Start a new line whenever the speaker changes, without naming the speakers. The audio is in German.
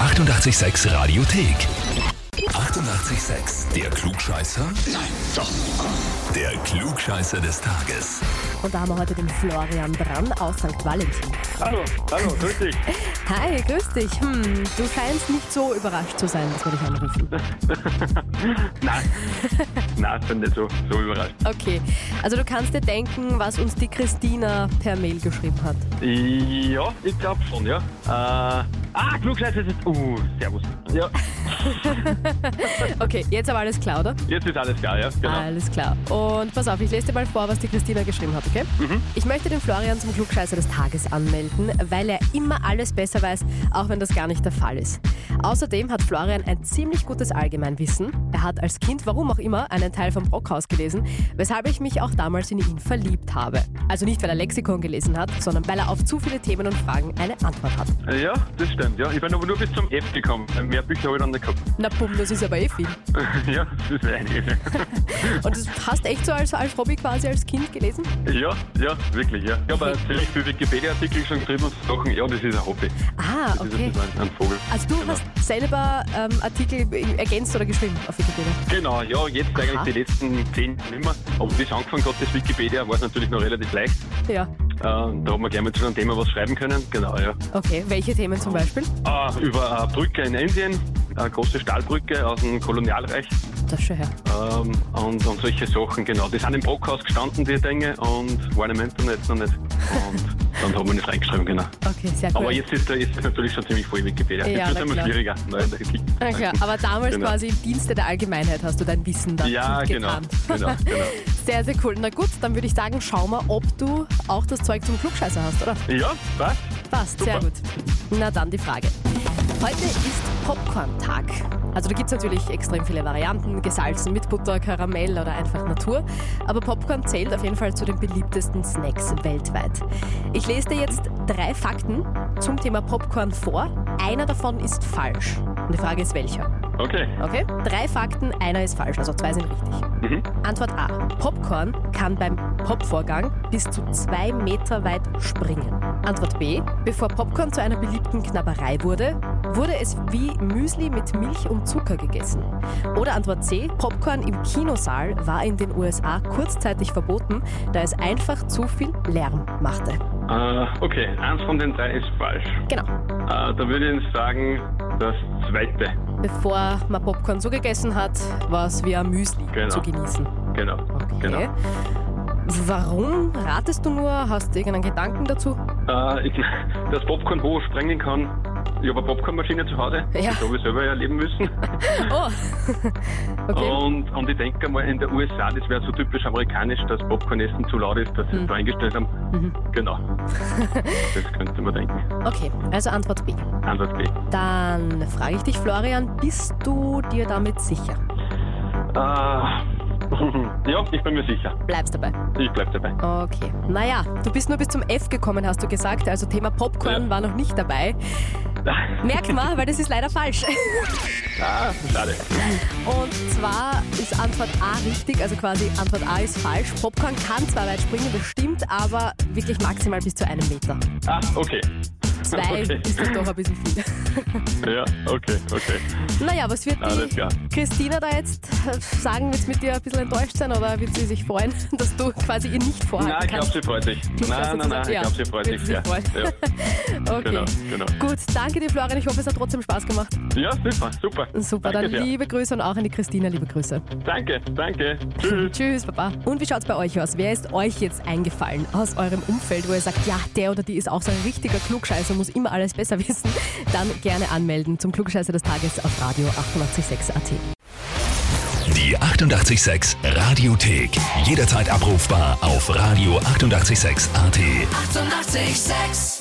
886 Radiothek. 88,6. Der Klugscheißer? Nein, doch. Der Klugscheißer des Tages.
Und da haben wir heute den Florian dran aus St. Valentin.
Hallo, hallo, grüß dich.
Hi, grüß dich. Hm, du scheinst nicht so überrascht zu sein, dass wir dich anrufen.
Nein, nein, ich bin nicht so, so überrascht.
Okay, also du kannst dir denken, was uns die Christina per Mail geschrieben hat.
Ja, ich glaube schon, ja. Äh, ah, Klugscheißer ist jetzt. Uh, servus. Ja,
Okay, jetzt aber alles klar, oder?
jetzt ist alles klar, ja, genau.
Alles klar. Und pass auf, ich lese dir mal vor, was die Christina geschrieben hat, okay?
Mhm.
Ich möchte den Florian zum Klugscheißer des Tages anmelden, weil er immer alles besser weiß, auch wenn das gar nicht der Fall ist. Außerdem hat Florian ein ziemlich gutes Allgemeinwissen. Er hat als Kind, warum auch immer, einen Teil vom Brockhaus gelesen, weshalb ich mich auch damals in ihn verliebt habe. Also nicht, weil er Lexikon gelesen hat, sondern weil er auf zu viele Themen und Fragen eine Antwort hat.
Ja, das stimmt, ja. Ich bin aber nur bis zum F gekommen. Mehr Bücher habe ich dann nicht gehabt.
Na bumm, das ist aber eh viel.
ja, das ist eine Idee.
Und das hast echt so als, als Hobby quasi als Kind gelesen?
Ja, ja, wirklich, ja. Ich habe auch ziemlich viele Wikipedia-Artikel schon geschrieben und so Sachen. Ja, das ist ein Hobby.
Ah,
Das ist
okay.
ein, bisschen ein Vogel.
Also du
genau.
hast selber ähm, Artikel ergänzt oder geschrieben auf Wikipedia.
Genau, ja, jetzt eigentlich
Aha.
die letzten zehn Jahre nicht mehr. Aber wie es angefangen hat, das Wikipedia, war es natürlich noch relativ leicht.
Ja.
Äh, da haben wir gleich mal zu einem Thema was schreiben können. Genau, ja.
Okay, welche Themen zum Beispiel?
Äh, über eine Brücke in Indien, eine große Stahlbrücke aus dem Kolonialreich
Das schon her.
ähm, und, und solche Sachen, genau. Die sind im Brockhaus gestanden, die Dinge, und waren im Internet noch nicht. Und dann haben wir das reingeschrieben, genau.
Okay, sehr cool.
Aber jetzt ist es ist natürlich schon ziemlich voll Wikipedia.
Ja,
jetzt wird
na
es immer
klar.
schwieriger. Nein, da- die-
Na Ah, klar, aber damals
Genau.
quasi im Dienste der Allgemeinheit hast du dein Wissen dann
Ja, genau,
getan.
genau, genau.
Sehr, sehr cool. Na gut, dann würde ich sagen, schau mal, ob du auch das Zeug zum Klugscheißer hast, oder?
Ja, passt.
Passt, sehr gut. Na dann die Frage. Heute ist Popcorn-Tag. Also da gibt es natürlich extrem viele Varianten, gesalzen mit Butter, Karamell oder einfach Natur. Aber Popcorn zählt auf jeden Fall zu den beliebtesten Snacks weltweit. Ich lese dir jetzt drei Fakten zum Thema Popcorn vor. Einer davon ist falsch. Und die Frage ist welcher?
Okay.
Okay? Drei Fakten, einer ist falsch, also zwei sind richtig.
Mhm.
Antwort A. Popcorn kann beim Popvorgang bis zu zwei Meter weit springen. Antwort B. Bevor Popcorn zu einer beliebten Knabberei wurde, wurde es wie Müsli mit Milch und Zucker gegessen. Oder Antwort C. Popcorn im Kinosaal war in den USA kurzzeitig verboten, da es einfach zu viel Lärm machte.
Äh, okay, eins von den drei ist falsch.
Genau.
Äh, da würde ich sagen, das zweite.
Bevor man Popcorn so gegessen hat, war es wie ein Müsli
Genau.
zu genießen.
Genau.
Okay.
genau.
Warum ratest du nur? Hast du irgendeinen Gedanken dazu?
Äh, ich, dass Popcorn hoch sprengen kann. Ich habe eine Popcornmaschine zu Hause.
Ja.
Das habe ich selber erleben müssen.
Oh! Okay.
Und, und ich denke mal, in der USA, das wäre so typisch amerikanisch, dass Popcornessen zu laut ist, dass
Hm.
sie es da eingestellt haben. Genau. das könnte man denken.
Mhm. okay, also Antwort B.
Ansatz B.
Dann frage ich dich, Florian, bist du dir damit sicher?
Äh, ja, ich bin mir sicher.
Bleibst dabei.
Ich bleib dabei.
Okay. Naja, du bist nur bis zum F gekommen, hast du gesagt. Also Thema Popcorn
Ja.
war noch nicht dabei. Merkt man, weil das ist leider falsch.
Ah, schade.
Und zwar ist Antwort A richtig, also quasi Antwort A ist falsch. Popcorn kann zwar weit springen, das stimmt, aber wirklich maximal bis zu einem Meter.
Ah, okay.
Zwei
Okay.
ist dann doch ein bisschen viel.
Ja, okay, okay.
Naja, was wird
Alles
die
klar.
Christina da jetzt äh, sagen? Wird sie mit dir ein bisschen enttäuscht sein oder wird sie sich freuen, dass du quasi ihr nicht vorhalten
Nein, ich glaube,
kannst?
sie freut sich.
hast
Nein,
du
nein, nein,
gesagt,
ich
ja.
glaube, sie freut
Wird
sich
sie
sehr.
freuen.
Ja.
okay.
Genau, genau.
Gut, danke dir, Florian. Ich hoffe, es hat trotzdem Spaß gemacht.
ja, super, super.
Super,
danke
dann
sehr.
liebe Grüße und auch an die Christina, liebe Grüße.
Danke, danke. Tschüss.
Tschüss, Papa. Und wie schaut's bei euch aus? Wer ist euch jetzt eingefallen aus eurem Umfeld, wo ihr sagt, ja, der oder die ist auch so ein richtiger Klugscheißer, muss immer alles besser wissen? Dann gerne anmelden zum Klugscheißer des Tages auf Radio 886 AT.
Die 88,6 Radiothek. Jederzeit abrufbar auf radio886.at. 88,6.
Eighty-eight, sex.